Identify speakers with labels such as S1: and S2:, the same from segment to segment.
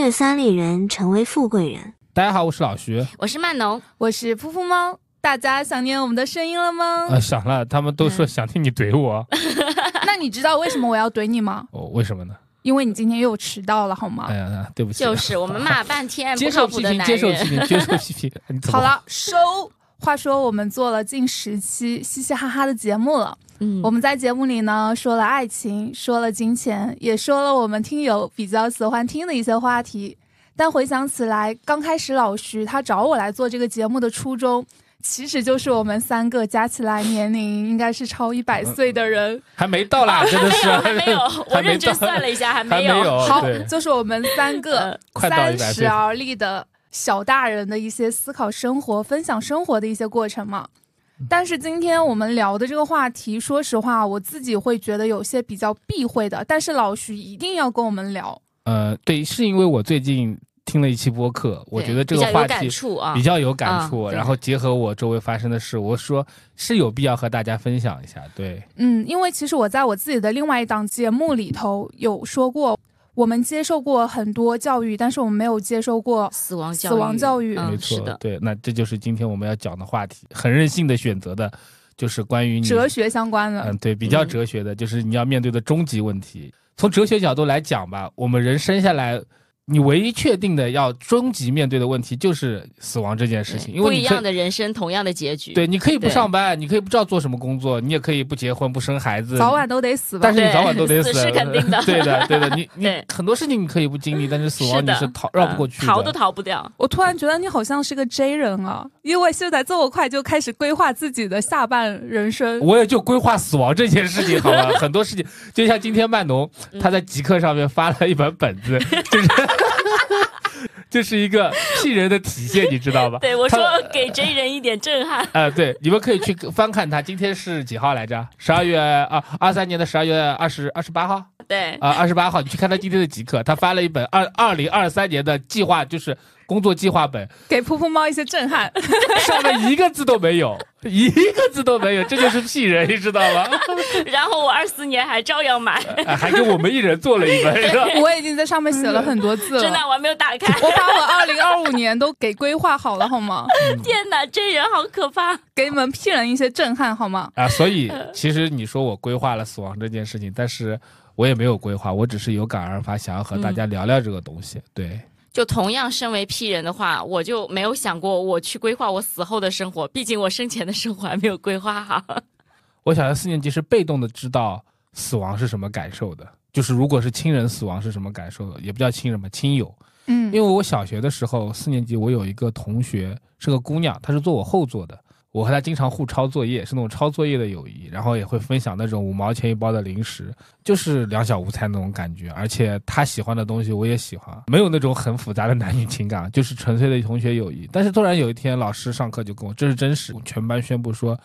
S1: 月三里人成为富贵人。
S2: 大家好，我是老徐。
S3: 我是曼 农，
S4: 我是噗噗猫，大家想念我们的声音了吗？
S3: 嗯
S2: 呃，想了，他们都说想听你怼 我，呃
S4: 那你知道为什么我要怼你吗？
S2: 哦，为什么呢？
S4: 因为你今天又迟到了，好吗？
S2: 哎呀，对不起，
S3: 就是我们骂半天不
S2: 接
S3: 靠
S2: 受
S3: 谱
S2: 批
S3: 的
S2: 评，
S3: 男
S2: 接受
S3: 人
S2: 批。 评，接受批评。 你怎么
S4: 好，了，收。话说我们做了近十期嘻嘻哈哈的节目了，
S3: 嗯
S4: 我们在节目里呢说了爱情，说了金钱，也说了我们听友比较喜欢听的一些话题。但回想起来，刚开始老徐他找我来做这个节目的初衷，其实就是我们三个加起来年龄应该是超一
S2: 呃
S4: 百岁的人。
S2: 还没到啦，真的是
S3: 还啊 没有，我
S2: 还没
S3: 认真
S2: 到，
S3: 算了一下，
S2: 还
S3: 还没
S2: 没有，哦
S4: 好
S2: 对，
S4: 就是我们三个
S3: 呃
S2: 快到
S4: 三
S2: 100岁
S4: 十而立的小大人的一些思考生活、分享生活的一些过程嘛。
S2: 嗯
S4: 但是今天我们聊的这个话题，说实话，我自己会觉得有些比较避讳的，但是老徐一定要跟我们聊。
S2: 呃，对，是因为我最近听了一期播客，我
S3: 对
S2: 觉得这个
S3: 比较
S2: 话
S3: 有感
S2: 题
S3: 触啊
S2: 比。较有感触，
S3: 啊对
S2: 然后结合我周围发生的事，我说是有必要和大家分享一下。对，
S4: 嗯，因为其实我在我自己的另外一档节目里头有说过，我们接受过很多教育，但是我们没有接受过
S3: 死亡教育，
S4: 死亡教育。
S3: 嗯
S2: 没
S3: 是
S2: 错
S3: 的，
S2: 对，那这就是今天我们要讲的话题，很任性的选择的，就是关于你
S4: 哲学相关的，
S2: 嗯，对，比较
S3: 嗯
S2: 哲学的，就是你要面对的终极问题。从哲学角度来讲吧，我们人生下来，你唯一确定的要终极面对的问题就是死亡这件事情，
S3: 对
S2: 因
S3: 嗯不
S2: 为
S3: 一
S2: 你可
S3: 样
S2: 以。
S3: 的人生，同样的结局。
S2: 对，你可以不
S3: 对
S2: 上班，你可以不知道做什么工作，你也可以不结婚、不生孩子，
S4: 早晚都得死吧。
S2: 但是你
S3: 对
S2: 早 晚都得死，
S3: 死是肯定的
S2: 对的，对的，你你
S3: 对
S2: 很多事情你可以不经历，但是死亡你
S3: 的
S2: 是逃绕不过
S3: 嗯
S2: 去的。
S3: 逃都逃不掉。
S4: 我突然觉得你好像是个 J 人啊，因为现在这么快就开始规划自己的下半人生。
S2: 我也就规划死亡这件事情 好了，很多事情就像今天曼农
S3: 嗯
S2: 他在极客上面发了一本本子，就是 就是一个 P 人的体现，你知道吧？
S3: 对，我
S2: 他
S3: 说给 J 人一点震撼。
S2: 啊、对，你们可以去翻看他，今天是几号来着？十二月啊，二三年的十二月二十二十八号。
S3: 对，
S2: 啊，二十八号你去看他今天的极客，他发了一本二二零二三年的计划，就是工作计划 本，
S4: 给噗噗猫一些震撼，
S2: 上面一个字都没有，一个字都没有，这就是 P 人，你知道吗？
S3: 然后我二四年还照 样买，
S2: 啊 还给我们一人做了一本，是吧？
S4: 我已经在上面写了很多字
S3: 真的
S4: 了。
S3: 我还没有打 开。
S4: 我把我二零二五年都给规划好了，好吗？
S3: 天哪，J 人好可怕。
S4: 给你们 P 人一些震撼，好吗？
S2: 啊，所以其实你说我规划了死亡这件事情，但是我也没有规划，我只是有感而发，想要和大家聊聊这个东西。对，
S3: 就同样身为 P 人的话，我就没有想过我去规划我死后的生活，毕竟我生前的生活还没有规划好。
S2: 我小学四年级是被动的知道死亡是什么感受的，就是如果是亲人死亡是什么感受的，也不叫亲人吧，亲友。因
S4: 嗯
S2: 为我小学的时候四年级，我有一个同学是个姑娘，她是坐我后座的。我和她经常互抄作业，是那种抄作业的友谊，然后也会分享那种五毛钱一包的零食，就是两小无猜那种感觉。而且她喜欢的东西我也喜欢，没有那种很复杂的男女情感，就是纯粹的同学友谊。但是突然有一天，老师上课就跟我，这是真实，全班宣布说，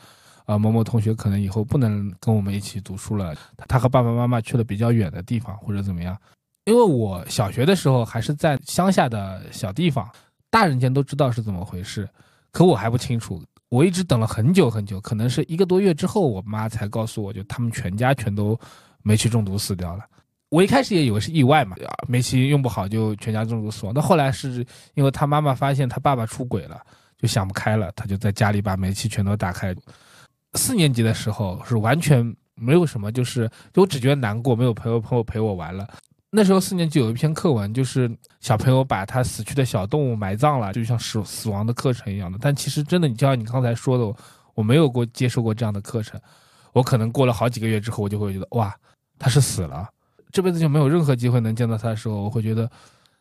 S2: 啊、某某同学可能以后不能跟我们一起读书了，他他和爸爸妈妈去了比较远的地方或者怎么样。因为我小学的时候还是在乡下的小地方，大人间都知道是怎么回事，可我还不清楚。我一直等了很久很久，可能是一个多月之后，我妈才告诉我就他们全家全都煤气中毒死掉了。我一开始也以为是意外嘛，啊煤气用不好就全家中毒死亡。但后来是因为他妈妈发现他爸爸出轨了，就想不开了，他就在家里把煤气全都打开。四年级的时候是完全没有什么，就是就我只觉得难过，没有朋友朋友陪我玩了。那时候四年级有一篇课文，就是小朋友把他死去的小动物埋葬了，就像死死亡的课程一样的。但其实真的，你就像你刚才说的，我我没有过接受过这样的课程，我可能过了好几个月之后，我就会觉得哇，他是死了，这辈子就没有任何机会能见到他的时候，我会觉得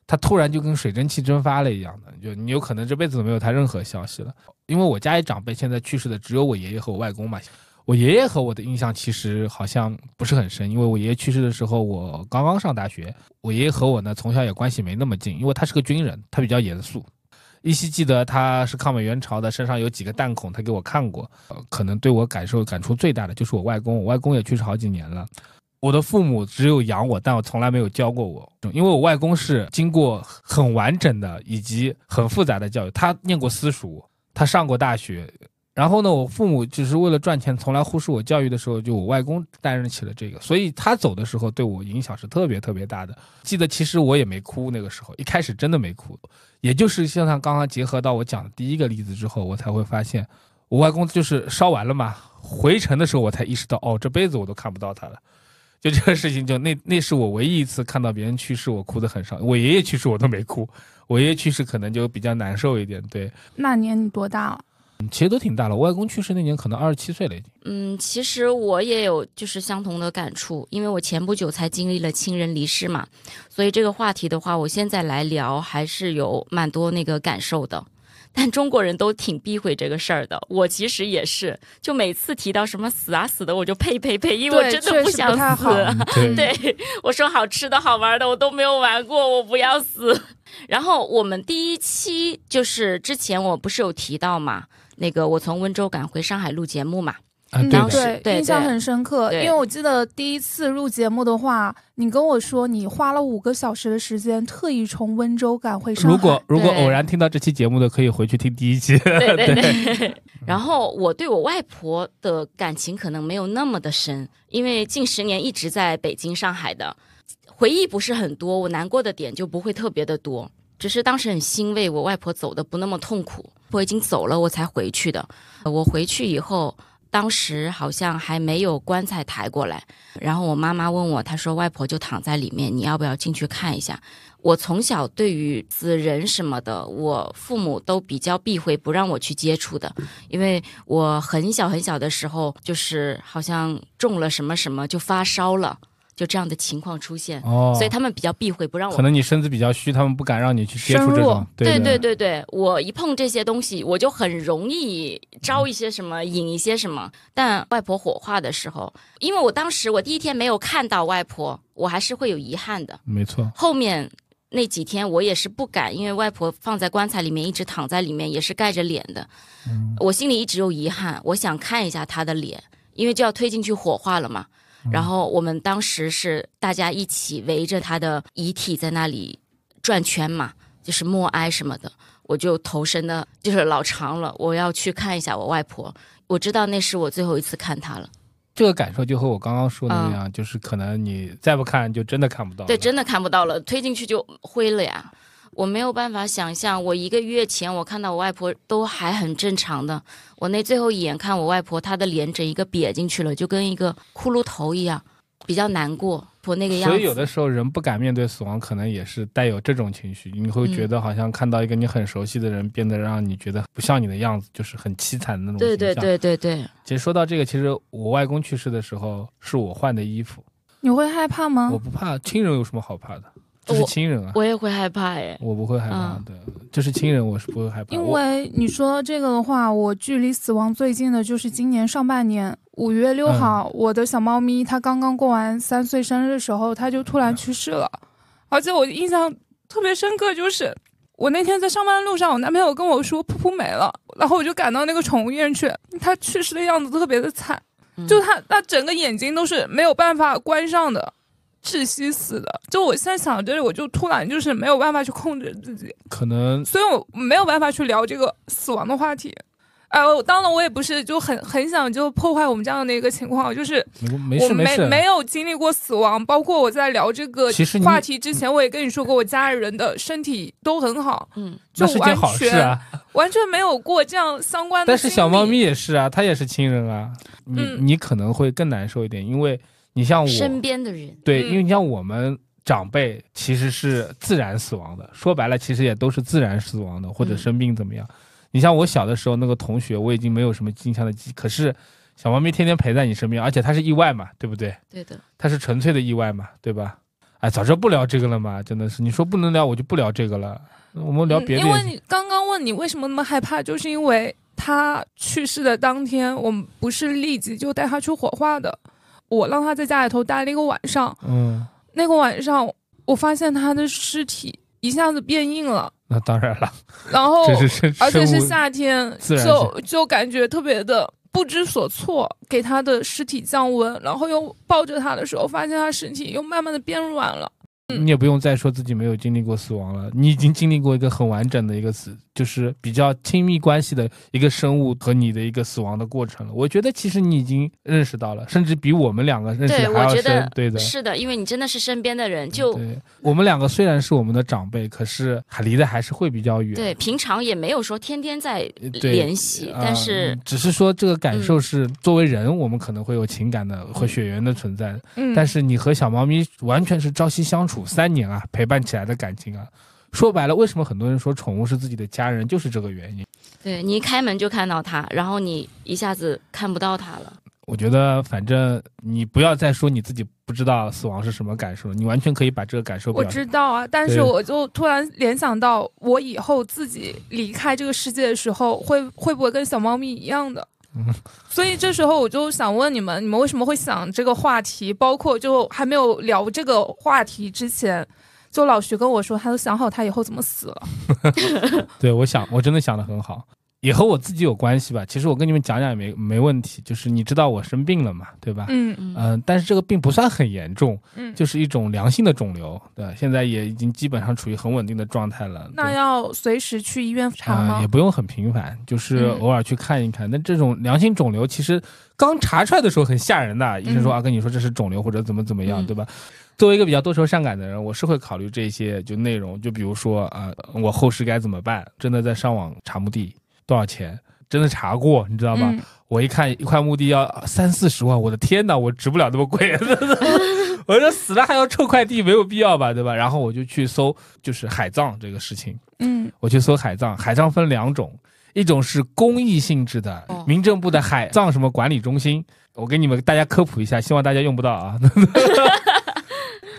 S2: 他突然就跟水蒸气蒸发了一样的，就你有可能这辈子都没有他任何消息了。因为我家里长辈现在去世的只有我爷爷和我外公嘛，我爷爷和我的印象其实好像不是很深，因为我爷爷去世的时候我刚刚上大学，我爷爷和我呢从小也关系没那么近，因为他是个军人，他比较严肃。依稀记得他是抗美援朝的，身上有几个弹孔，他给我看过。呃，可能对我感受感触最大的就是我外公，我外公也去世好几年了。我的父母只有养我，但我从来没有教过我，因为我外公是经过很完整的以及很复杂的教育，他念过私塾，他上过大学，然后呢，我父母只是为了赚钱，从来忽视我教育的时候，就我外公担任起了这个，所以他走的时候对我影响是特别特别大的。记得其实我也没哭，那个时候一开始真的没哭，也就是像他刚刚结合到我讲的第一个例子之后，我才会发现，我外公就是烧完了嘛，回程的时候我才意识到，哦，这辈子我都看不到他了。就这个事情就，那那是我唯一一次看到别人去世，我哭得很伤。我爷爷去世我都没哭，我爷爷去世可能就比较难受一点。对，
S4: 那年你多大了？
S2: 嗯其实都挺大了。我外公去世那年可能二十七岁 了已经。
S3: 嗯，其实我也有就是相同的感触，因为我前不久才经历了亲人离世嘛，所以这个话题的话，我现在来聊还是有蛮多那个感受的。但中国人都挺避讳这个事儿的，我其实也是，就每次提到什么死啊死的，我就呸呸呸，因为我
S4: 对
S3: 真
S4: 确
S3: 的
S4: 实
S3: 想
S4: 不太
S3: 死。
S4: 好
S2: 嗯对，
S3: 对，我说好吃的好玩的我都没有玩过，我不要死。然后我们第一期就是之前我不是有提到嘛，那个我从温州赶回上海录节目嘛，
S2: 啊对
S3: 当
S2: 的
S3: 时
S4: 嗯对
S3: 对
S4: 印象
S3: 对
S4: 很深刻，因
S3: 对
S4: 为我记得第一次录节目的话，你跟我说你花了五个小时的时间，特意从温州赶回上海。
S2: 如果如果
S3: 对
S2: 偶然听到这期节目的，可以回去听第一 期。
S3: 对对对。 然后我对我外婆的感情可能没有那么的深，因为近十年一直在北京、上海的，回忆不是很多，我难过的点就不会特别的多。只是当时很欣慰，我外婆走的不那么痛苦，我已经走了，我才回去的。我回去以后，当时好像还没有棺材抬过来，然后我妈妈问我，她说外婆就躺在里面，你要不要进去看一下？我从小对于死人什么的，我父母都比较避讳，不让我去接触的，因为我很小很小的时候，就是好像中了什么什么就发烧了，就这样的情况出现，
S2: 哦
S3: 所以他们比较避讳，不让我
S2: 可能你身子比较虚，他们不敢让你去接触这
S4: 深
S2: 种
S4: 入。
S2: 对
S3: 对
S2: 对，
S3: 对对，我一碰这些东西，我就很容易招一些什么，引一些什么。但外婆火化的时候，因为我当时我第一天没有看到外婆，我还是会有遗憾的。
S2: 没错。
S3: 后面那几天我也是不敢，因为外婆放在棺材里面，一直躺在里面，也是盖着脸的。我心里一直有遗憾，我想看一下她的脸，因为就要推进去火化了嘛。然后我们当时是大家一起围着她的遗体在那里转圈嘛，就是默哀什么的。我就投身的，就是老长了，我要去看一下我外婆。我知道那是我最后一次看她了，
S2: 这个感受就和我刚刚说的那样，就是可能你再不看就真的看不到了。
S3: 对，真的看不到了，推进去就灰了呀。我没有办法想象，我一个月前我看到我外婆都还很正常的，我那最后一眼看我外婆，她的脸整一个瘪进去了，就跟一个骷髅头一样，比较难过，我那个样子。
S2: 所以有的时候人不敢面对死亡，可能也是带有这种情绪。你会觉
S3: 嗯
S2: 得好像看到一个你很熟悉的人变得让你觉得不像你的样子，就是很凄惨的那种
S3: 对
S2: 形
S3: 对
S2: 象
S3: 对对对，
S2: 其实说到这个，其实我外公去世的时候是我换的衣服，
S4: 你会害怕吗
S2: 我？不怕亲人有什么好怕的？这是
S3: 我
S2: 亲人啊，
S3: 我也会害怕哎。
S2: 我不会害怕
S3: 嗯
S2: 的。这是亲人，我是不会害怕。
S4: 因
S2: 我
S4: 为你说到这个的话，我距离死亡最近的就是今年上半年五月六号，我的小猫咪它刚刚过完三岁生日的时候，它就突然去世了。而且我印象特别深刻，就是我那天在上班路上，我男朋友跟我说噗噗没了，然后我就赶到那个宠物医院去，它去世的样子特别的惨，
S3: 嗯
S4: 就它它整个眼睛都是没有办法关上的。窒息死的，就我现在想到这里，我就突然就是没有办法去控制自己，
S2: 可能
S4: 所以我没有办法去聊这个死亡的话题。哎，我当然我也不是就很很想就破坏我们这样的一个情况，就是
S2: 没没
S4: 我
S2: 事
S4: 没
S2: 事，
S4: 没有经历过死亡，包括我在聊这个
S2: 其实你
S4: 话题之前，我也跟你说过，我家里人的身体都很好，
S3: 嗯，
S2: 那
S4: 就
S2: 是件
S4: 完
S2: 好事
S4: 全、
S2: 啊。
S4: 完全没有过这样相关的。
S2: 但是小猫咪，也是啊，它也是亲人啊。你、
S4: 嗯
S2: 你可能会更难受一点，因为你像我，
S3: 身边的人，
S2: 对，
S4: 嗯
S2: 因为你像我们长辈其实是自然死亡的，说白了其实也都是自然死亡的，或者
S3: 嗯
S2: 生病怎么样。你像我小的时候那个同学，我已经没有什么印象的记忆，可是小猫咪天天陪在你身边，而且它是意外嘛，对不对？
S3: 对的，
S2: 它是纯粹的意外嘛，对吧？哎，早知道不聊这个了嘛，真的是，你说不能聊我就不聊这个了，我们聊
S4: 嗯
S2: 别的
S4: 因
S2: 也
S4: 为
S2: 行。
S4: 你刚刚问你为什么那么害怕，就是因为他去世的当天，我们不是立即就带他去火化的，我让他在家里头待了一个晚上。
S2: 嗯，
S4: 那个晚上，我发现他的尸体一下子变硬了，
S2: 那当然了，
S4: 然后
S2: 这是生
S4: 哦而
S2: 生
S4: 且是
S2: 物
S4: 夏天，
S2: 自然
S4: 就就感觉特别的不知所措，给他的尸体降温，然后又抱着他的时候，发现他身体又慢慢的变软
S3: 嗯
S4: 了。
S2: 你也不用再说自己没有经历过死亡了，你已经经历过一个很完整的一个死就是比较亲密关系的一个生物和你的一个死亡的过程了。我觉得其实你已经认识到了，甚至比我们两个认识
S3: 对，
S2: 的
S3: 我
S2: 还要
S3: 觉
S2: 深
S3: 得。
S2: 对的，嗯
S3: 是的，因为你真的是身边的人，就
S2: 对我们两个虽然是我们的长辈，可是还离得还是会比较远。
S3: 对平常也没有说天天在
S2: 对
S3: 联系，
S2: 啊
S3: 但是
S2: 嗯只是说这个感受
S3: 嗯
S2: 是作为人，我们可能会有情感的和血缘的存在，
S4: 嗯，
S2: 但是你和小猫咪完全是朝夕相处三年啊，陪伴起来的感情啊。说白了，为什么很多人说宠物是自己的家人，就是这个原因。
S3: 对你一开门就看到他，然后你一下子看不到他了。
S2: 我觉得，反正你不要再说你自己不知道死亡是什么感受了，你完全可以把这个感受表
S4: 我
S2: 现。
S4: 知道啊，但是
S2: 对
S4: 我就突然联想到，我以后自己离开这个世界的时候，会会不会跟小猫咪一样的？
S2: 嗯
S4: 所以这时候我就想问你们，你们为什么会想这个话题？包括就还没有聊这个话题之前，就老徐跟我说，他都想好他以后怎么死了。
S2: 对，我想，我真的想的很好，也和我自己有关系吧。其实我跟你们讲讲也没没问题，就是你知道我生病了嘛，对吧？
S4: 嗯
S3: 嗯，
S2: 嗯、但是这个病不算很严重，
S4: 嗯，
S2: 就是一种良性的肿瘤，对，现在也已经基本上处于很稳定的状态了。
S4: 那
S2: 对
S4: 要随时去医院查
S2: 啊、
S4: 吗
S2: 也？不用很频繁，就是
S4: 嗯
S2: 偶尔去看一看。那、这种良性肿瘤，其实刚查出来的时候很吓人的，医生说
S4: 嗯
S2: 啊，跟你说这是肿瘤或者怎么怎么样，
S3: 嗯
S2: 对吧？作为一个比较多愁善感的人，我是会考虑这些就内容，就比如说啊、我后事该怎么办？真的在上网查墓地多少钱？真的查过，你知道吗？
S4: 嗯
S2: 我一看一块墓地要三四十万，我的天呐，我值不了那么贵。 我说死了还要臭块地，没有必要吧，对吧？然后我就去搜，就是海葬这个事情，
S4: 嗯
S2: 我去搜海葬。海葬分两种，一种是公益性质的
S3: 哦，
S2: 民政部的海葬什么管理中心，我给你们大家科普一下，希望大家用不到啊。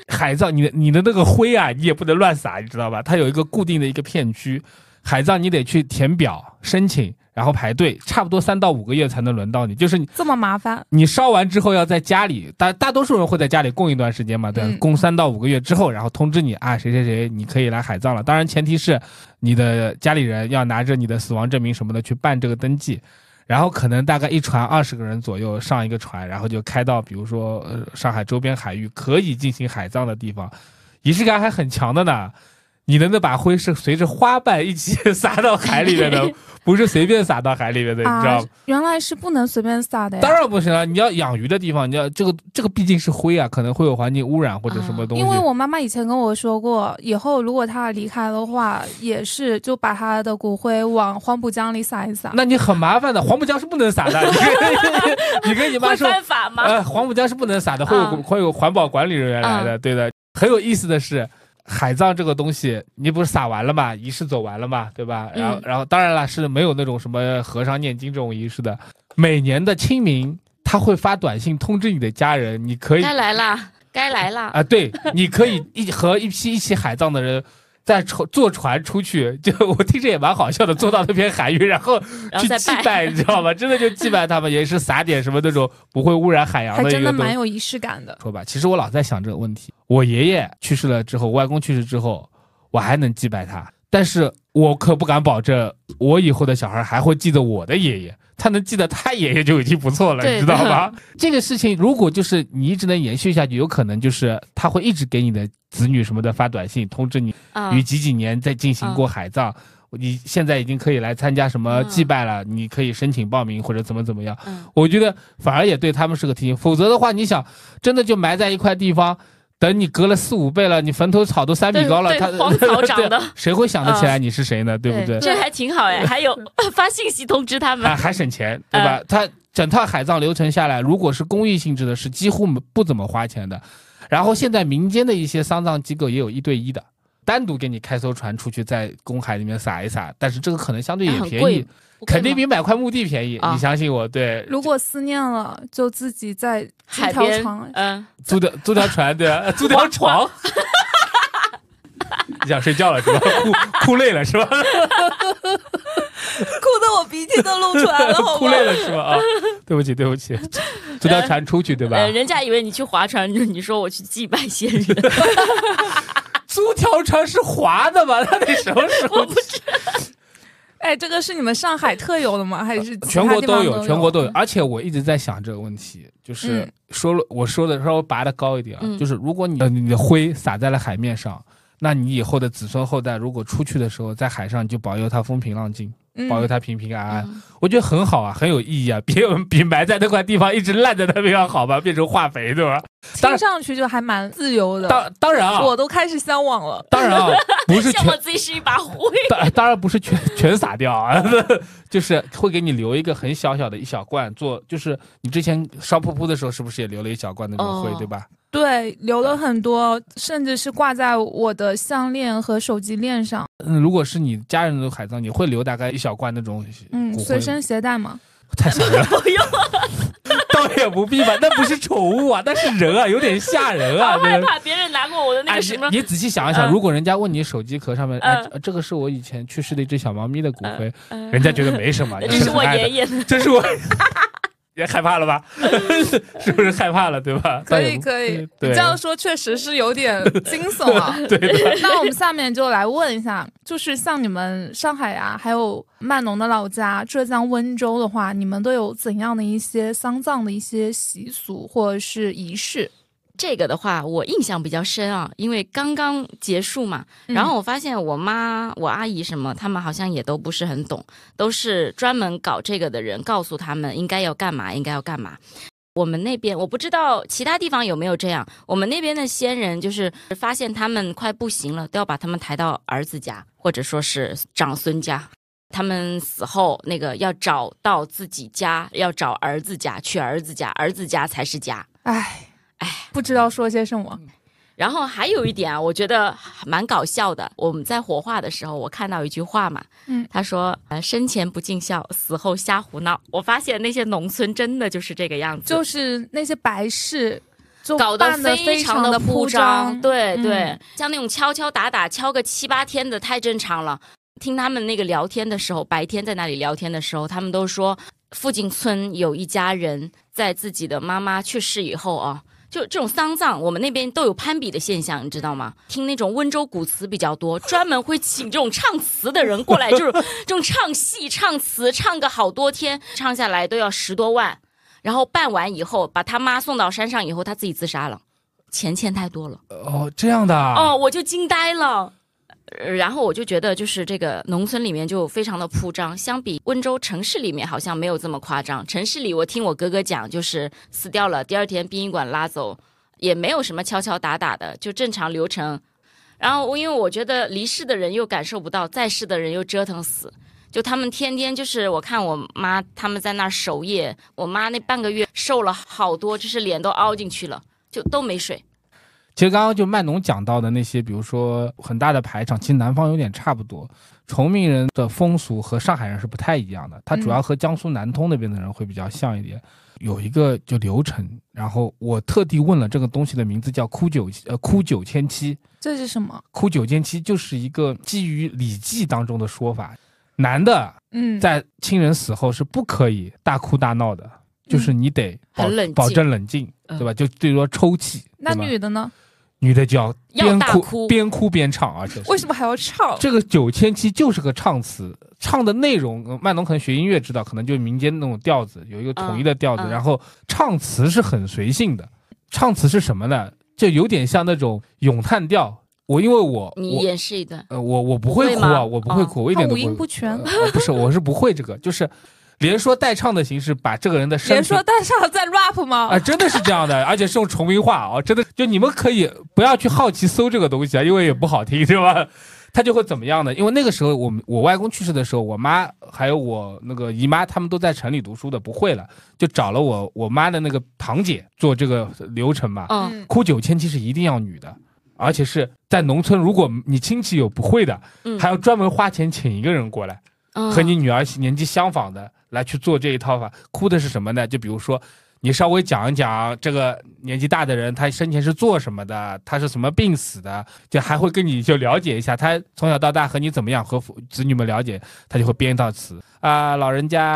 S2: 海葬，你的你的那个灰啊，你也不能乱撒，你知道吧？它有一个固定的一个片区，海葬你得去填表申请，然后排队，差不多三到五个月才能轮到你。就是你
S4: 这么麻烦，
S2: 你烧完之后要在家里，大大多数人会在家里供一段时间嘛，对，
S4: 嗯
S2: 供三到五个月之后，然后通知你啊，谁谁谁你可以来海葬了。当然前提是你的家里人要拿着你的死亡证明什么的去办这个登记。然后可能大概一船二十个人左右上一个船，然后就开到比如说、呃、上海周边海域可以进行海葬的地方，仪式感还很强的呢。你的那把灰是随着花瓣一起 撒到海里面的，不是随便撒到海里面的，你知道吗？
S4: 啊，原来是不能随便撒的呀。
S2: 当然不行了，你要养鱼的地方，你要这个这个毕竟是灰啊，可能会有环境污染或者什么东西。
S4: 因为我妈妈以前跟我说过，以后如果她离开的话，也是就把她的骨灰往黄浦江里撒一撒。
S2: 那你很麻烦的，黄浦江是不能撒的。你跟你跟你妈
S3: 会
S2: 说，
S3: 犯法吗？
S2: 呃，黄浦江是不能撒的，会有、
S3: 嗯
S2: 会有环保管理人员来的，对的。很有意思的是，海葬这个东西，你不是撒完了嘛，仪式走完了嘛，对吧？然后、
S3: 嗯
S2: 然后当然了，是没有那种什么和尚念经这种仪式的。每年的清明，他会发短信通知你的家人，你可以
S3: 该来啦，该来啦。
S2: 啊，对，你可以一和一批一起海葬的人。在船坐船出去，就我听着也蛮好笑的，坐到那片海域，然后
S3: 然后
S2: 呃去
S3: 再
S2: 祭
S3: 拜
S2: 拜，你知道吗？真的就祭拜他们，也是撒点什么那种不会污染海洋
S4: 还
S2: 的一
S4: 真的
S2: 个东
S4: 蛮
S2: 西。
S4: 有仪式感的。
S2: 说吧，其实我老在想这个问题。我爷爷去世了之后，我外公去世之后，我还能祭拜他，但是我可不敢保证我以后的小孩还会记得我的爷爷。他能记得他爷爷就已经不错了，
S3: 对
S2: 你知道吧？这个事情如果就是你一直能延续下去，有可能就是他会一直给你的子女什么的发短信通知你
S3: 啊
S2: 于几几年再进行
S3: 嗯
S2: 过海葬，你现在已经可以来参加什么祭拜了，你可以申请报名或者怎么怎么样。
S3: 嗯
S2: 我觉得反而也对他们是个提醒，否则的话，你想真的就埋在一块地方，等你隔了四五倍了，你坟头草都三米
S3: 对
S2: 高了，
S3: 对
S2: 它
S3: 荒嗯草长 的
S2: 对谁会想得起来你是谁呢？对不对？
S3: 这还挺好哎，还有 发信息通知 他们
S2: 啊，。还省钱，对吧？
S3: 嗯
S2: 它整套海葬流程下来，如果是公益性质的，是几乎不怎么花钱的。然后现在民间的一些丧葬机构也有一对一的，单独给你开艘船出去，在公海里面撒一撒，但是这个可能相对也
S3: 哎很
S2: 便
S3: 贵
S2: 宜，
S3: 不
S2: 肯定
S3: 贵吗
S2: 比买块墓地便宜，
S3: 啊
S2: 你相信我，对。
S4: 如果思念了，就自己在租
S3: 海
S4: 条
S3: 边
S4: 床，
S3: 嗯，
S2: 租条租条船， 对吧？租条床。你想睡觉了是吧？哭哭累了 是吧？
S4: 哭的我鼻涕都露出来了， 好
S2: 哭累了是吧？啊，对不起对不起，租条船出去对吧？
S3: 呃，人家以为你去划船，你说我去祭拜先 人，
S2: 租条船是划的吧？ 他得什么时候？
S4: 哎，这个是你们上海特有的吗？还是 其
S2: 全
S4: 他
S2: 国
S4: 地方
S2: 都
S4: 有？
S2: 全国都有。。而且我一直在想这个问题，就是
S4: 嗯
S2: 说了，我说的稍微拔得高一点啊，
S3: 嗯
S2: 就是如果你呃你的灰洒在了海面上，那你以后的子孙后代如果出去的时候在海上，你就保佑他风平浪静，
S4: 嗯
S2: 啊保佑他平平安安。
S3: 嗯
S2: 我觉得很好啊，很有意义啊， 比比埋在那块地方一直烂在那地方好吧，变成化肥对吧？当
S4: 嗯听
S2: 然
S4: 上去就还蛮自由的，
S2: 当当然啊，
S4: 我都开始向往了。
S2: 当 然啊，不是
S3: 像我
S2: 全
S3: 自己是一把灰，
S2: 当当然不是全全撒掉啊， 就是会给你留一个很小小的一小罐做，就是你之前烧噗噗的时候是不是也留了一小罐那种灰、
S3: 哦
S2: 对吧？
S4: 对，留了很多，甚至是挂在我的项链和手机链上，
S2: 嗯，如果是你家人的海葬，你会留大概一小罐那种
S4: 嗯，
S2: 骨
S4: 随
S2: 灰
S4: 身携带嘛。
S2: 太吓人了，
S3: 不用啊
S2: 倒也不必吧，那不是宠物啊，那是人啊，有点吓人啊，
S3: 好害
S2: 真的。
S3: 怕别人拿过我的哦那
S2: 哎，
S3: 个什么
S2: 你你仔细想一想，
S3: 嗯
S2: 如果人家问你手机壳上面，哎
S3: 嗯，
S2: 这这个是我以前去世的一只小猫咪的骨灰，
S3: 嗯
S2: 人家觉得没什么，
S3: 这
S2: 也
S3: 是我
S2: 很爱的
S3: 爷爷的，
S2: 这是我， 也害怕了吧？ 是不是害怕了，对吧？
S4: 可以可以，
S2: 对
S4: 你这样说确实是有点惊悚 啊。
S2: 对的，
S4: 那我们下面就来问一下，就是像你们上海啊，还有曼农的老家浙江温州的话，你们都有怎样的一些丧葬的一些习俗或者是仪式？
S3: 这个的话，我印象比较深啊，因为刚刚结束嘛，
S4: 嗯
S3: 然后我发现我妈、我阿姨什么，他们好像也都不是很懂，都是专门搞这个的人告诉他们应该要干嘛，应该要干嘛。我们那边我不知道其他地方有没有这样，我们那边的先人就是发现他们快不行了，都要把他们抬到儿子家或者说是长孙家。他们死后，那个要找到自己家，要找儿子家，去儿子家，儿子家才是家。
S4: 唉
S3: 唉，
S4: 不知道说些什么。
S3: 然后还有一点啊，我觉得蛮搞笑的。我们在火化的时候，我看到一句话嘛，
S4: 嗯
S3: 他说：“呃，生前不尽孝，死后瞎胡闹。”我发现那些农村真的就是这个样子，
S4: 就是那些白事，就
S3: 搞得
S4: 办得非
S3: 常
S4: 的
S3: 的铺
S4: 张，
S3: 对
S4: 嗯
S3: 对，像那种敲敲打打敲个七八天的太正常了。听他们那个聊天的时候，白天在那里聊天的时候，他们都说附近村有一家人在自己的妈妈去世以后啊。就这种丧葬，我们那边都有攀比的现象，你知道吗？听那种温州古词比较多，专门会请这种唱词的人过来，就是这种唱戏、唱词，唱个好多天，唱下来都要十多万。然后办完以后，把他妈送到山上以后，他自己自杀了，钱欠太多了。
S2: 哦，这样的啊，
S3: 哦，我就惊呆了。呃然后我就觉得，就是这个农村里面就非常的铺张，相比温州城市里面好像没有这么夸张。城市里我听我哥哥讲，就是死掉了，第二天殡仪馆拉走，也没有什么敲敲打打的，就正常流程。然后我因为我觉得离世的人又感受不到，在世的人又折腾死，就他们天天就是我看我妈他们在那儿守夜，我妈那半个月瘦了好多，就是脸都凹进去了，就都没睡。
S2: 其实刚刚就曼农讲到的那些，比如说很大的排场，其实南方有点差不多。崇明人的风俗和上海人是不太一样的，
S4: 嗯
S2: 它主要和江苏南通那边的人会比较像一点。有一个就流程，然后我特地问了这个东西的名字叫枯九呃枯九千七，
S4: 这是什么？
S2: 哭九间七就是一个基于《礼记》当中的说法，男的
S4: 嗯，
S2: 在亲人死后是不可以大哭大闹的，就是
S4: 嗯
S2: 你得保
S3: 嗯很冷静
S2: 保证冷静，
S3: 嗯
S2: 对吧？就最多抽泣。
S4: 那
S2: 对吧
S4: 女的呢？
S2: 女的就要
S3: 要
S2: 边
S3: 大
S2: 哭
S3: 哭
S2: 边哭边唱，而且
S4: 为什么还要唱？
S2: 这个九千七就是个唱词，唱的内容，呃曼农可能学音乐知道，可能就是民间那种调子，有一个统一的调子，
S3: 嗯嗯
S2: 然后唱词是很随性的。唱词是什么呢？就有点像那种咏叹调。我因为我
S3: 你
S2: 我
S3: 演示一段。
S2: 呃，我我不
S3: 不
S2: 会
S3: 会
S2: 哭
S3: 吗
S2: 啊，我不会
S3: 哦
S2: 哭，我一
S4: 他
S2: 点都
S4: 五
S2: 不会
S4: 音
S2: 哭。
S4: 不全，啊
S2: 呃不是，我是不会这个，就是连说带唱的形式，把这个人的身
S4: 连
S2: 体
S4: 说带唱在 rap 吗
S2: 啊、？真的是这样的，而且是用重名话啊、真的就你们可以不要去好奇搜这个东西啊，因为也不好听，对吧？他就会怎么样呢？因为那个时候我们我外公去世的时候，我妈还有我那个姨妈他们都在城里读书的，不会了，就找了我我妈的那个堂姐做这个流程嘛。
S3: 嗯，
S4: 嗯，
S2: 啊哭九千七是一定要女的，而且是在农村，如果你亲戚有不会的，
S3: 嗯
S2: 还要专门花钱请一个人过来，和你
S3: 嗯
S2: 女儿年纪相仿的来去做这一套法。哭的是什么呢？就比如说。你稍微讲一讲这个年纪大的人，他生前是做什么的，他是什么病死的，就还会跟你就了解一下他从小到大和你怎么样，和父子女们了解，他就会编一套词啊、老人家、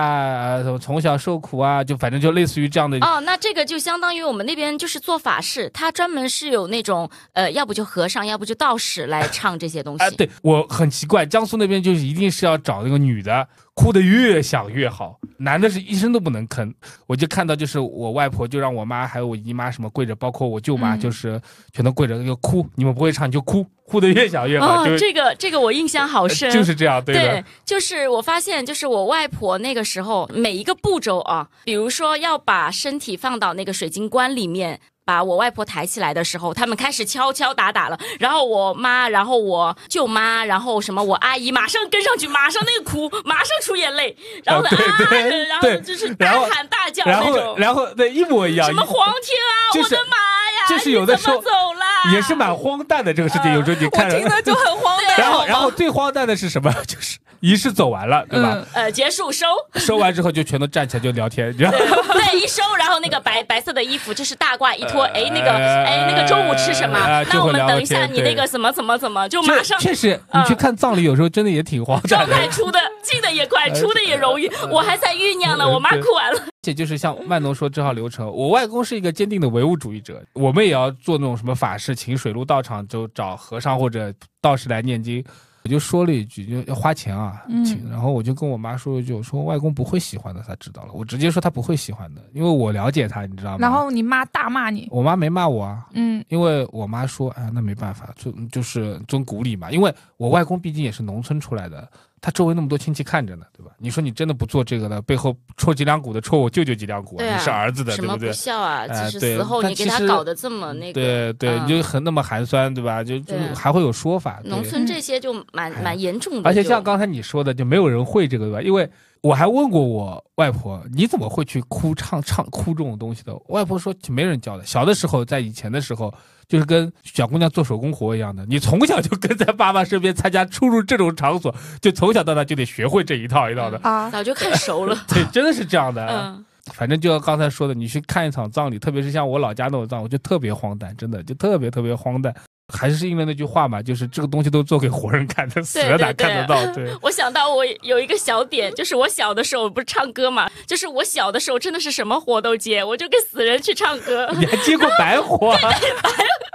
S2: 呃、从小受苦啊，就反正就类似于这样的
S3: 哦，那这个就相当于我们那边就是做法事，他专门是有那种呃，要不就和尚，要不就道士来唱这些东西。
S2: 哎啊，对我很奇怪，江苏那边就是一定是要找那个女的，哭得越响越好，男的是一声都不能吭。我就看到，就是我外婆就让我妈还有我姨妈什么跪着，包括我舅妈，
S3: 嗯
S2: 就是全都跪着就哭。你们不会唱你就哭，哭得越响越好，
S3: 哦
S2: 就，呃
S3: 这个这个我印象好深，啊
S2: 就是这样，对的。
S3: 对，就是我发现，就是我外婆那个时候每一个步骤啊，比如说要把身体放到那个水晶棺里面。把我外婆抬起来的时候，他们开始敲敲打打了，然后我妈，然后我舅妈，然后什么我阿姨马上跟上去，马上那个哭，马上出眼泪，然后呢
S2: 啊对
S3: 啊，
S2: 对
S3: 然后
S2: 对
S3: 就是
S2: 然
S3: 大
S2: 后
S3: 喊大叫
S2: 然
S3: 那
S2: 后，
S3: 种，
S2: 然后对，一模一样。
S3: 什么皇天啊，
S2: 就是
S3: 我的妈呀，
S2: 就是有的时候
S3: 你怎么走啦，
S2: 也是蛮荒诞的这个事
S3: 嗯
S2: 情，有时候你
S4: 我
S2: 看着
S4: 听，的就很荒 诞。
S2: 然
S3: 好
S2: 后
S3: 吗
S2: 然后最荒诞的是什么？ 就是仪式走完了，对吧？
S4: 嗯，
S3: 呃结束收，
S2: 收完之后就全都站起来就聊天，然后
S3: 对，一收，然后那个白白色的衣服就是大褂一脱，
S2: 呃
S3: 哎，那个哎，那个中午吃什么
S2: 呃？就
S3: 那
S2: 会
S3: 我们
S2: 聊
S3: 等一下，
S2: 天
S3: 你
S2: 对
S3: 那个怎么怎么怎么，就马
S2: 确
S3: 上
S2: 确实，你
S3: 嗯
S2: 去看葬礼，有时候真的也挺荒
S3: 状
S2: 诞的。
S3: 态出的进的也快，出的也容易，我还在酝酿呢，
S2: 呃
S3: 我妈
S2: 对
S3: 哭完了，
S2: 而且就是像万能说这套流程，我外公是一个坚定的唯物主义者，我们也要做那种什么法事，请水陆道场，就找和尚或者道士来念经。我就说了一句，就要花钱啊，
S4: 嗯
S2: 请。然后我就跟我妈说一句，我说外公不会喜欢的，他知道了。我直接说他不会喜欢的，因为我了解他，你知道吗？
S4: 然后你妈大骂你，
S2: 我妈没骂我啊，
S4: 嗯
S2: 因为我妈说，哎呀，那没办法，就就是遵古礼嘛。因为我外公毕竟也是农村出来的，他周围那么多亲戚看着呢，对吧？你说你真的不做这个了，背后戳脊梁骨的戳我舅舅脊梁骨、
S3: 对啊
S2: 你是儿子的，对不对？
S3: 孝啊
S2: 呃其实对死后但你给其他实搞得
S3: 这么那，
S2: 对对，
S3: 嗯
S2: 你就很那么寒酸，对吧？就就
S3: 对啊
S2: 还会有说法。对
S4: 村这
S3: 些就蛮
S2: 哎蛮
S3: 严重
S2: 而且像刚才你说的，就没有人会这个，对吧？因为我还问过我外婆，你怎么会去哭唱唱哭这种东西的？我外婆说就没人教的。小的时候，在以前的时候，就是跟小姑娘做手工活一样的，你从小就跟在爸爸身边参加出入这种场所，就从小到大就得学会这一套一套
S3: 嗯
S2: 的。呃
S4: 啊，
S3: 早就看 熟了，
S2: 对，真的是这样的。，
S3: 嗯
S2: 反正就像刚才说的，你去看一场葬礼，特别是像我老家那种葬，我就特别荒诞，真的就特别特别荒诞。还是因为那句话嘛，就是这个东西都做给活人看的，死
S3: 对
S2: 人哪
S3: 对对
S2: 看得到？对，
S3: 我想到我有一个小点，就是我小的时候不是唱歌嘛，就是我小的时候真的是什么活都接，我就跟死人去唱歌。
S2: 你还接过白 活、啊？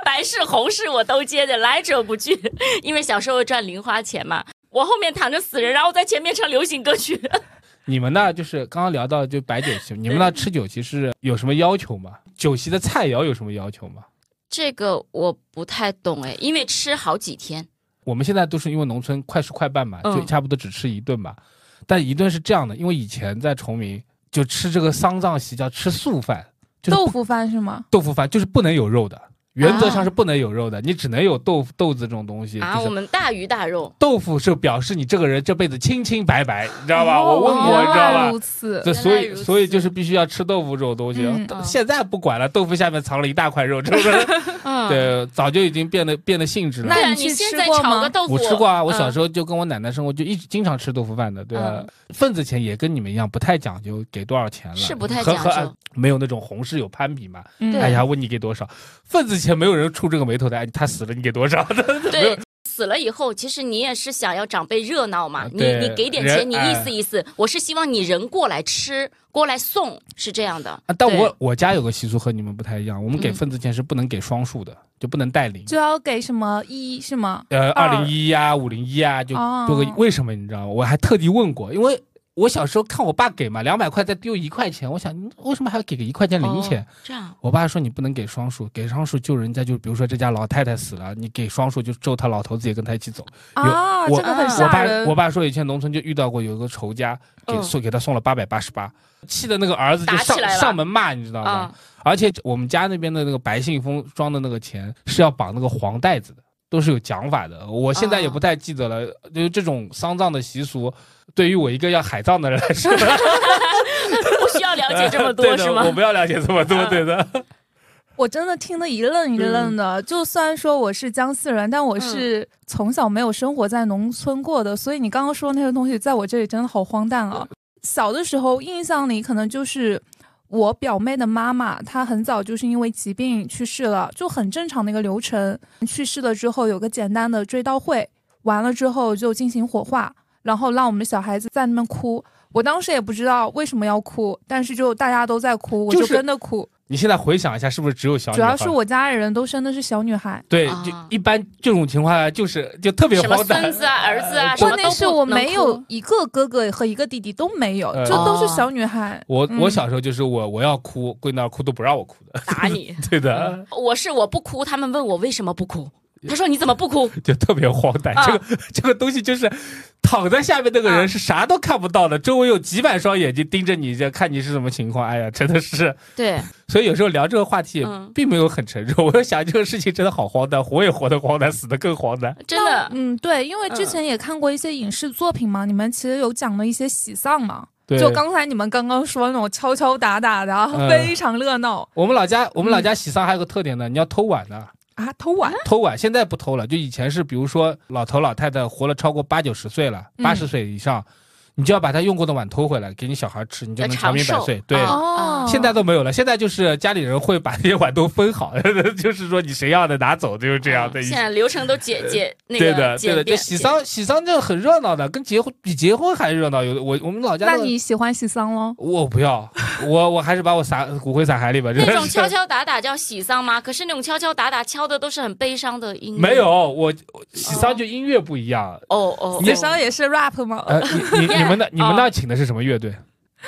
S3: 白事红事我都接的，来者不拒。 因为小时候赚零花钱嘛，我后面躺着死人，然后在前面唱流行歌曲。
S2: 你们那就是刚刚聊到就摆酒席，你们那吃酒席是有什么要求吗？酒席的菜肴有什么要求吗？
S3: 这个我不太懂哎，因为吃好几天，
S2: 我们现在都是因为农村快吃快办嘛，
S3: 嗯
S2: 就差不多只吃一顿嘛。但一顿是这样的，因为以前在崇明就吃这个丧葬席叫吃素饭，就是
S4: 豆
S2: 不
S4: 腐饭是吗？
S2: 豆腐饭就是不能有肉的，原则上是不能有肉的，你只能有豆腐豆子这种东西。
S3: 啊，
S2: 就
S3: 我
S2: 是
S3: 们大鱼大 肉。
S2: 豆腐是表示你这个人这辈子清清白白，你知道吧？
S4: 哦
S2: 我问过，你知道
S4: 原
S2: 吧
S4: 来？如此，
S2: 这所
S3: 原来
S2: 以
S3: 如此
S2: 所以就是必须要吃豆腐这种东西。
S4: 嗯
S2: 豆
S3: 嗯
S2: 现在不管了，豆腐下面藏了一大块肉，这个
S3: 嗯，
S2: 对，早就已经变得变得性质了
S4: 那。
S3: 对啊，
S4: 你
S3: 你
S4: 去
S3: 现
S4: 吃
S3: 在
S4: 过
S3: 炒
S4: 吗
S3: 个豆腐，嗯
S2: 我吃过啊，我小时
S3: 候
S2: 候就跟我奶奶生活，就一直经常吃豆腐饭的，对吧
S3: 嗯？
S2: 份子钱也跟你们一样，不太讲究给多少钱了，
S3: 是不太
S2: 和
S3: 讲
S2: 和
S3: 究
S2: 啊没有那种红事有攀比嘛。
S4: 嗯
S3: 对
S2: 哎呀，问你给多少，份子钱没有人出这个眉头的，哎，他死了你给多 少？
S3: 对。死了以后，其实你也是想要长辈热闹嘛
S2: 啊，
S3: 你
S2: 对
S3: 你给点
S2: 人
S3: 钱，你意
S2: 哎
S3: 思意思。我是希望你人过来吃，过来送，是这样的
S2: 啊。但
S3: 对
S2: 我我家有个习俗和你们不太一样，我们给
S3: 嗯
S2: 份子钱是不能给双数的，就不能带零。
S4: 就要给什么一是吗？
S2: 呃，
S4: 二
S2: 二零一呀，五零一呀，就
S4: 哦
S2: 多个为什么你知道吗？我还特地问过，因为我小时候看我爸给嘛，两百块再丢一块钱，我想嗯为什么还要给个一块钱零钱？
S3: 哦这样，
S2: 我爸说你不能给双数，给双数就人家就比如说这家老太太死了，你给双数就咒他老头子也跟他一起走。
S4: 啊，
S2: 我
S4: 这个很
S2: 我
S4: 吓
S2: 爸
S4: 人。
S2: 我爸说以前农村就遇到过有个仇家给
S3: 嗯
S2: 送、给他送了八百八十八，气的那个儿子就
S3: 打起
S2: 上
S3: 来了
S2: 上门骂，你知道吗？
S3: 啊，
S2: 而且我们家那边的那个白信封装的那个钱是要绑那个黄带子的，都是有讲法的。我现
S3: 啊
S2: 在也不太记得了，就是这种丧葬的习俗，对于我一个要海葬的人来 说，
S3: 不需要了解 这么
S2: 对
S3: 多
S2: 的
S3: 是吗？
S2: 我不要了解这么多，
S3: 啊
S2: 对的。
S4: 我真的听得一愣一愣的。就虽然说我是江西人，但我是从小没有生活在农村过的，所以你刚刚说那些东西，在我这里真的好荒诞啊！小的时候印象里可能就是。我表妹的妈妈，她很早就是因为疾病去世了，就很正常的一个流程。去世了之后，有个简单的追悼会，完了之后就进行火化，然后让我们的小孩子在那边哭。我当时也不知道为什么要哭，但是就大家都在哭，我
S2: 就
S4: 就是跟着哭。
S2: 你现在回想一下，是不是只有小女
S4: 主
S2: 孩？
S4: 要是我家里人都生的是小女孩，
S2: 对，
S3: 啊
S2: 就一般这种情况下就是就特别
S3: 什么
S2: 荒
S3: 孙
S2: 诞。
S3: 子啊、儿子啊，什么
S4: 关
S3: 都不
S4: 键是我
S3: 能
S4: 没
S3: 哭哦
S4: 有一个哥哥和一个弟弟都没有，
S2: 呃
S4: 就都是小女孩。
S2: 我
S4: 嗯
S2: 我小时候就是我我要哭跪那儿哭都不让我哭的，
S3: 打 你。
S2: 对的，
S3: 我是我不哭，他们问我为什么不哭，他说你怎么不哭？
S2: 就特别荒诞。
S3: 啊
S2: 这个这个东西就是躺在下面那个人
S3: 啊
S2: 是啥都看不到的，周围有几百双眼睛盯着你，这看你是什么情况。哎呀，真的是，
S3: 对，
S2: 所以有时候聊这个话题也
S3: 嗯
S2: 并没有很沉重。我就 想这个事情真的好荒诞，活也活得荒诞，死得更荒诞。
S3: 真的
S4: 嗯，对，因为之
S3: 嗯
S4: 前也看过一些影视作品嘛，你们其实有讲的一些喜丧嘛，
S2: 对，
S4: 就刚才你们刚刚说那种敲敲打打的，啊
S2: 嗯
S4: 非常热闹
S2: 我们老家我们老家喜丧还有个特点呢，你要偷碗的。
S4: 啊，偷碗，
S2: 偷碗现在不偷了，就以前是，比如说老头老太太活了超过八九十岁了，
S4: 嗯
S2: 八十岁以上，你就要把他用过的碗偷回来给你小孩吃，你就能
S3: 要长
S2: 命百
S3: 寿
S2: 岁。对，
S3: 啊
S4: 哦
S2: 现在都没有了，现在就是家里人会把这些碗都分好， 就是说你谁要的拿走， 就是这样的。呃
S3: 嗯现在流程都解解那
S2: 对的，
S3: 个
S2: 对
S3: 简
S2: 的，就
S3: 便
S2: 喜丧喜丧这很热闹的，跟结婚比结婚还热闹。有的我我们老家
S4: 那
S2: 那个
S4: 你喜欢喜丧喽？
S2: 我不要，我我还是把我撒骨灰撒海里吧。真
S3: 那
S2: 的
S3: 种
S2: 是
S3: 敲敲打打叫喜丧吗？可是那种敲敲打打敲的都是很悲伤的音乐。
S2: 没有，我我喜丧
S3: 哦
S2: 就音乐不一样。
S3: 哦哦，
S2: 你
S4: 喜
S3: 哦
S4: 丧也是 rap 吗？
S2: 呃，你 你你们那你们那请的是什么乐队？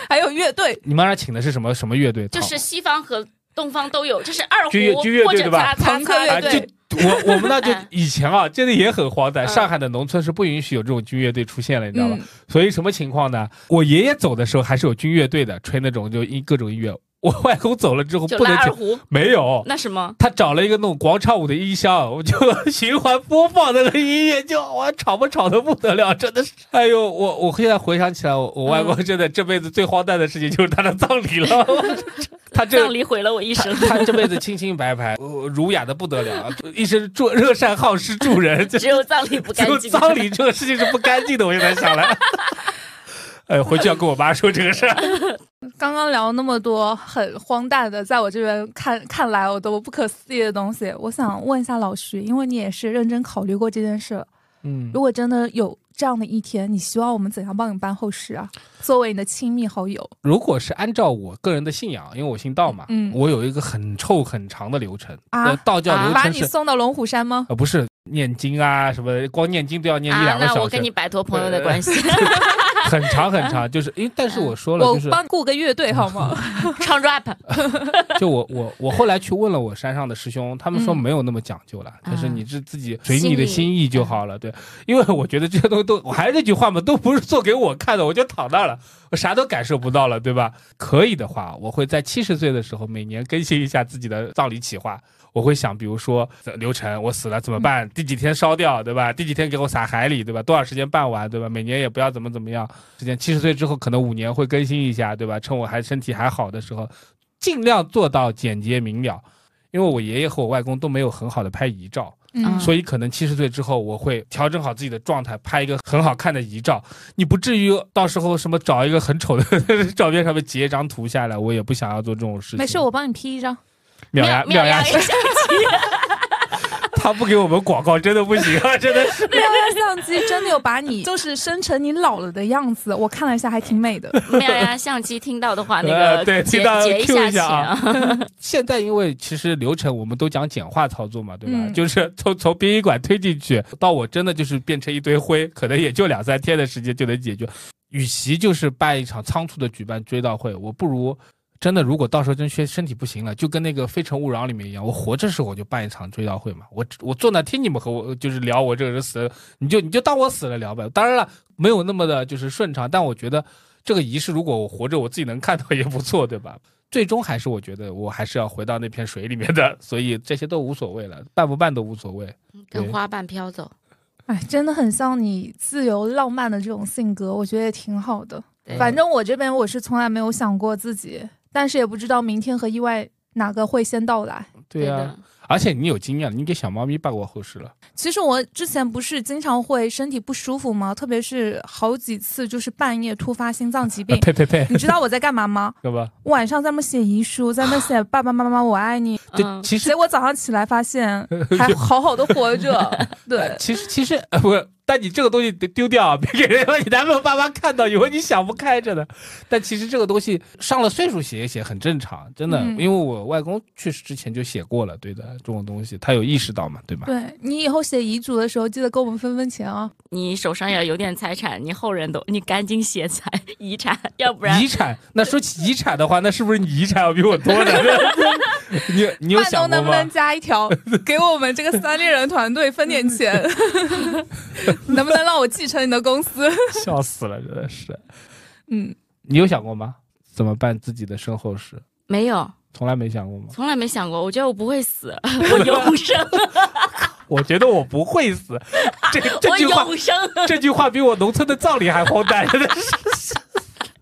S4: 还有乐队，
S2: 你们那请的是什么什么乐队？
S3: 就是西方和东方都有，就是二胡
S2: 军乐军乐队
S3: 或者
S2: 对吧
S3: 擦擦
S4: 朋克
S2: 啊，
S4: 乐
S3: 擦
S2: 就
S4: 队
S2: 我我们 那就
S3: 嗯
S2: 以前啊，真的也很荒诞。
S3: 嗯
S2: 上海的农村是不允许有这种军乐队出现了，你知道吧
S4: 嗯？，
S2: 所以什么情况呢？我爷爷走的时候还是有军乐队的，吹那种就音各种音乐。我 外公走了之后
S3: 就
S2: 不能
S3: 拉二
S2: 请，
S3: 胡，
S2: 没有。
S3: 那 什么
S2: 他找了一个那种广场舞的音箱， 我就循环播放那个音乐，就我吵不吵的不得 了，真的是，哎呦，我我现在回想起来，我我外公真的这辈子最荒诞的事情就是他的葬礼 了，他这
S3: 葬礼毁了我一生。
S2: 他这辈子清清白白，呃儒雅的不得了， 一身助热善好施助 人，就
S3: 只有葬礼不
S2: 只
S3: 干
S2: 有
S3: 净。
S2: 葬 礼这个事情是不干净的。我现在想来， 哎，回去要跟我妈说这个事儿。
S4: 刚刚聊那么多很荒诞的，在我这边看看来我都不可思议的东西，我想问一下老徐，因为你也是认真考虑过这件事，
S2: 嗯
S4: 如果真的有这样的一天，你希望我们怎样帮你办后事啊？ 作为你的亲密好友，
S2: 如果是按照我个人的信仰，因为我姓道嘛，
S4: 嗯
S2: 我有一个很臭很长的流程，
S4: 啊
S2: 呃道教流
S4: 把
S2: 程
S4: 你
S2: 是、
S4: 送到龙虎山吗？
S2: 呃不是念经啊什么，光念经都要念一
S3: 啊，
S2: 两个
S3: 那
S2: 小
S3: 我
S2: 时，
S3: 跟你摆脱朋友的关系，
S2: 很长很长，就是因为但是我说了，
S4: 嗯我
S2: 就是
S4: 帮你雇个乐队好吗？
S3: 唱 rap
S2: 就我我我后来去问了我山上的师兄，他们说
S4: 嗯啊
S2: 没有那么讲究了，就是你是自己随
S3: 心
S2: 你的
S3: 意
S2: 心意就好了。对，因为我觉得这些东西都，我还是那句话嘛，都不是做给我看的，我就躺那儿了，我啥都感受不到了，对吧？可以的话，我会在七十岁的时候每年更新一下自己的葬礼企划。我会想，比如说呃流程，我死了怎么办？第几天烧掉，对吧？第几天给我撒海里，对吧？多少时间办完，对吧？每年也不要怎么怎么样。时间七十岁之后，可能五年会更新一下，对吧？趁我还身体还好的时候，尽量做到简洁明了。因为我爷爷和我外公都没有很好的拍遗照，
S4: 嗯，
S2: 所以可能七十岁之后，我会调整好自己的状态，拍一个很好看的遗照。你不至于到时候什么找一个很丑的 照片上面截一张图下来，我也不想要做这种事情。
S4: 没事，我帮你 P 一张。
S2: 秒牙
S3: 妙
S2: 牙
S3: 一，下。
S2: 他不给我们广告真的不行啊， 真的是。
S4: 对啊，相机真的有把你就是生成你老了的样子，我看了一下，还挺美的。
S3: 妙呀，啊相机听到的话，那
S2: 呃
S3: 个
S2: 对
S3: 结
S2: 听到
S3: 结
S2: cue 一
S3: 钱
S2: 下啊
S3: 啊。
S2: 现在因为其实流程我们都讲简化操作嘛，对吧？
S4: 嗯
S2: 就是从从殡仪馆推进去到我真的就是变成一堆灰，可能也就两三天的时间就能解决。与其就是办一场仓促的举办追悼会，我不如真的如果到时候真身身体不行了，就跟那个《非诚勿扰》里面一样，我活着时候我就办一场追悼会嘛，我我坐那听你们和我就是聊我这个人死了，你就你就当我死了聊呗。当然了，没有那么的就是顺畅，但我觉得这个仪式如果我活着我自己能看到也不错，对吧？最终还是我觉得我还是要回到那片水里面的，所以这些都无所谓了，办不办都无所谓。
S3: 跟嗯花瓣飘走。
S4: 哎，真的很像你自由浪漫的这种性格，我觉得也挺好的。
S3: 对
S4: 反正我这边我是从来没有想过自己，但是也不知道明天和意外哪个会先到来。
S2: 对啊，
S3: 的，
S2: 而且你有经验了，你给小猫咪办过后事了，
S4: 其实我之前不是经常会身体不舒服吗？特别是好几次就是半夜突发心脏疾病
S2: 啊。 呸呸 呸，
S4: 你知道我在干嘛吗？
S2: 对
S3: 嗯
S2: 吧？
S4: 晚上在那写遗书，在那写爸爸妈妈我爱你。
S2: 对，
S3: 嗯，
S2: 其实
S4: 结果早上起来发现还好好的活着，对
S2: 呃，其实其实呃不，但你这个东西得丢掉，啊 别给人家你男朋友爸妈看到，以为你想不开着呢。但其实这个东西上了岁数写一写很正常，真的，
S4: 嗯
S2: 因为我外公确实之前就写过了，对的，这种东西他有意识到嘛，对吧？
S4: 对你以后写遗嘱的时候，记得给我们分分钱啊。
S3: 你手上要有点财产，你后人都你赶紧写财遗产，要不然
S2: 遗产，那说起遗产的话，那是不是你遗产要比我多呢？ 你你有
S4: 万
S2: 想
S4: 东
S2: 过
S4: 能不能
S2: 吗？
S4: 加一条，给我们这个三猎人团队 分点钱？能不能让我继承你的公司？
S2: 笑死了，真的是。
S4: 嗯，
S2: 你有想过吗？怎么办自己的身后事？
S3: 没有，
S2: 从来没想过吗？
S3: 从来没想过。我觉得我不会 死，我永生，
S2: 我觉得我不会死，这 这
S3: 我
S2: 句话
S3: 永生。
S2: 这句话比我农村的葬礼还荒诞。真的是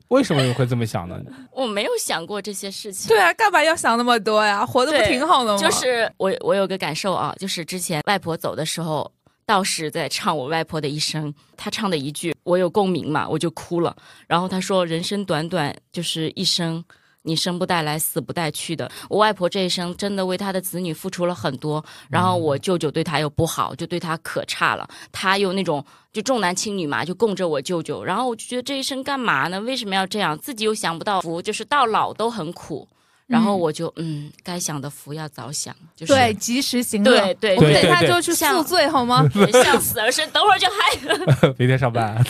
S2: 为什么你会这么想呢？
S3: 我没有想过这些事情。
S4: 对啊，干嘛要想那么多呀？活得不
S3: 对
S4: 挺好的吗？
S3: 就是我我有个感受啊，就是之前外婆走的时候，道士在唱我外婆的一生，他唱的一句我有共鸣嘛，我就哭了。然后他说人生短短就是一生。你生不带来，死不带去的。我外婆这一生真的为她的子女付出了很多，然后我舅舅对她又不好，就对她可差了。她又那种就重男轻女嘛，就供着我舅舅。然后我就觉得这一生干嘛呢？为什么要这样？自己又享不到福，就是到老都很苦。然后
S4: 嗯
S3: 我就嗯，该享的福要早享，就是
S4: 对，及时行乐。
S3: 对对
S4: 我们
S2: 对
S4: 等一下
S2: 对对
S4: 就去宿醉好吗？
S3: 向死而生，等会儿就嗨，
S2: 明天上班，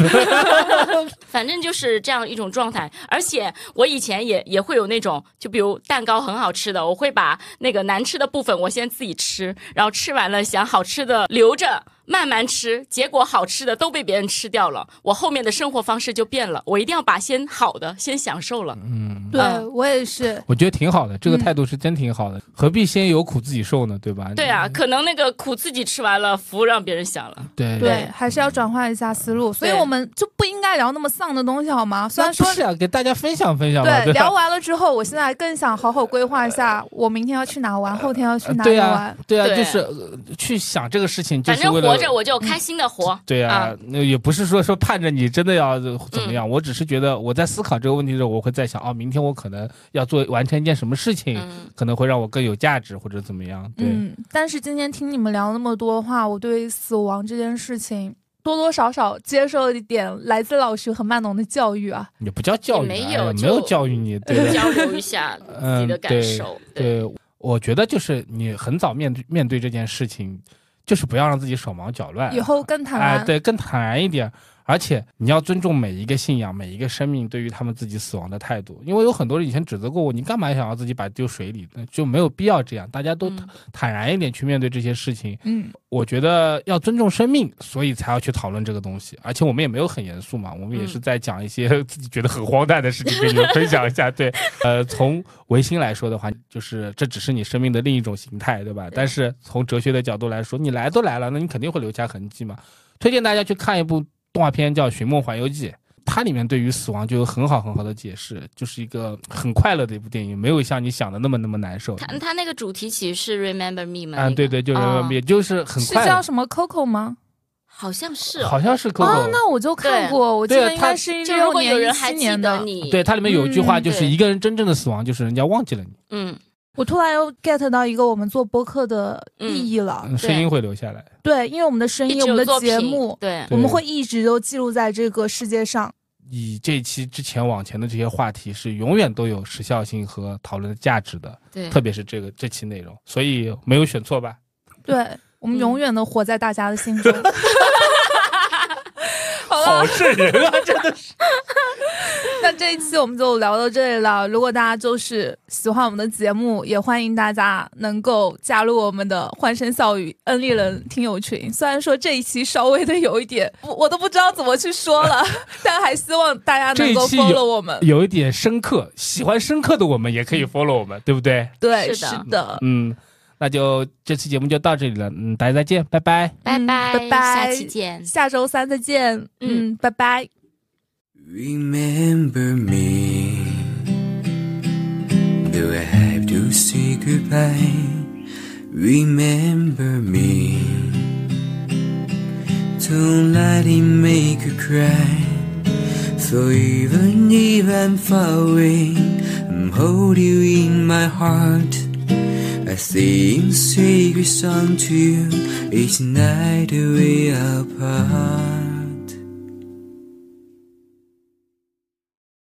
S3: 反正就是这样一种状态。而且我以前也也会有那种，就比如蛋糕很好吃的，我会把那个难吃的部分我先自己吃，然后吃完了想好吃的留着。慢慢吃，结果好吃的都被别人吃掉了，我后面的生活方式就变了。我一定要把先好的先享受了。
S2: 嗯，
S4: 对
S3: 嗯
S4: 我也是。
S2: 我觉得挺好的，这个
S4: 嗯
S2: 态度是真挺好的，何必先有苦自己受呢？对吧？
S3: 对啊，可能那个苦自己吃完了，福让别人享了。
S2: 对
S4: 对，还是要转换一下思路，所以我们就不应该聊那么丧的东西，好吗？虽然说
S2: 那不是啊，给大家分享分享嘛，
S4: 对，
S2: 对啊
S4: 聊
S2: 吧？
S4: 完了之后，我现在更想好好规划一下，我明天要去哪玩，后天要去哪里
S2: 呃对
S4: 玩
S2: 啊。，对啊，
S3: 对
S2: 就是呃去想这个事情，就
S3: 反
S2: 是
S3: 正
S2: 为了
S3: 活着我就开心的活。
S2: 对啊
S3: 啊，
S2: 那、也不是说说盼着你真的要呃怎么
S3: 嗯
S2: 样，我只是觉得我在思考这个问题的时候，我会在想，哦，明天我可能要做完成一件什么事情，
S3: 嗯，
S2: 可能会让我更有价值或者怎么样。对，
S4: 嗯，但是今天听你们聊那么多话，我对死亡这件事情多多少少接受了一点来自老徐和曼农的教育啊。
S2: 也不叫教育、啊，
S3: 也没
S2: 哎
S3: 有
S2: 呀没
S3: 就
S2: 有教育 你，对的。
S3: 交流一下自己的感受。
S2: 对，我觉得就是你很早面对面对这件事情，就是不要让自己手忙脚乱。
S4: 以后啊更坦
S3: 啊
S2: 哎，
S4: 然。
S2: 对，更坦然一点。而且你要尊重每一个信仰、每一个生命对于他们自己死亡的态度，因为有很多人以前指责过我，你干嘛想要自己把丢水里？那就没有必要这样，大家都
S3: 嗯
S2: 坦然一点去面对这些事情。
S4: 嗯，
S2: 我觉得要尊重生命，所以才要去讨论这个东西。而且我们也没有很严肃嘛，我们也是在讲一些 自己觉得很荒诞的事情给你们分享一下。对，呃，从唯心来说的话，就是这只是你生命的另一种形态，对吧？但是从哲学的角度来说，你来都来了，那你肯定会留下痕迹嘛。推荐大家去看一部动画片，叫《寻梦环游记》。它里面对于死亡就有很好很好的解释，就是一个很快乐的一部电影，没有像你想的那么那么难受。
S3: 他他那个主题曲是 Remember Me 吗？
S2: 啊，对对，就是也就是很
S4: 是
S2: 快乐
S4: 叫，什么 Coco 吗？
S3: 好像是哦。
S2: 好像是 Coco。
S4: 哦，那我就看过，我记
S2: 对
S4: 得
S2: 啊
S4: 应
S2: 它
S4: 该是一
S3: 就如
S4: 六
S3: 果有
S4: 年、一
S3: 人还
S4: 七
S3: 记
S4: 年
S3: 得
S4: 的。
S3: 你，
S2: 对，，它里面有一句话，
S4: 嗯
S2: 就是
S3: 对
S2: 一个人真正的死亡，就是人家忘记了你，
S3: 嗯，
S4: 我突然又 get 到一个我们做播客的意义了。
S2: 嗯声音会留下来。
S4: 对，因为我们的声
S3: 一
S4: 音、
S3: 直
S4: 我们的
S3: 作品
S4: 节目，
S3: 对
S4: 我们会一直都记录在这个世界上。
S2: 以这期之前往前的这些话题是永远都有时效性和讨论的价值的，
S3: 对
S2: 特别是这个这期内容，所以没有选错 吧？
S4: 对，我
S3: 嗯
S4: 们永远的活在大家的 心中。 好了，
S2: 瘆人啊！这
S4: 那这一期我们就聊到这里了。如果大家就是喜欢我们的节目，也欢迎大家能够加入我们的欢声笑语恩利人听友群。虽然说这一期稍微的有 一点，我我都不知道怎么去说了，但还希望大家能
S2: 这
S4: 够
S2: 一期有
S4: follow 我们。
S2: 有一点深刻，喜欢深刻的我们也可以 follow 我们，对不对？
S4: 对，
S3: 是的
S4: 是的，
S2: 嗯，那就这期节目就到这里了，嗯，大家再见，拜拜。
S3: 拜
S4: 嗯
S3: 拜，
S4: 拜拜
S3: 下期见。
S4: 下周三再见。嗯，拜拜。
S5: Remember me, though I have to say goodbye. Remember me, don't let it make you cry. For even if I'm far away, I'm holding you in my heart. I sing secret song to you each night we are apart.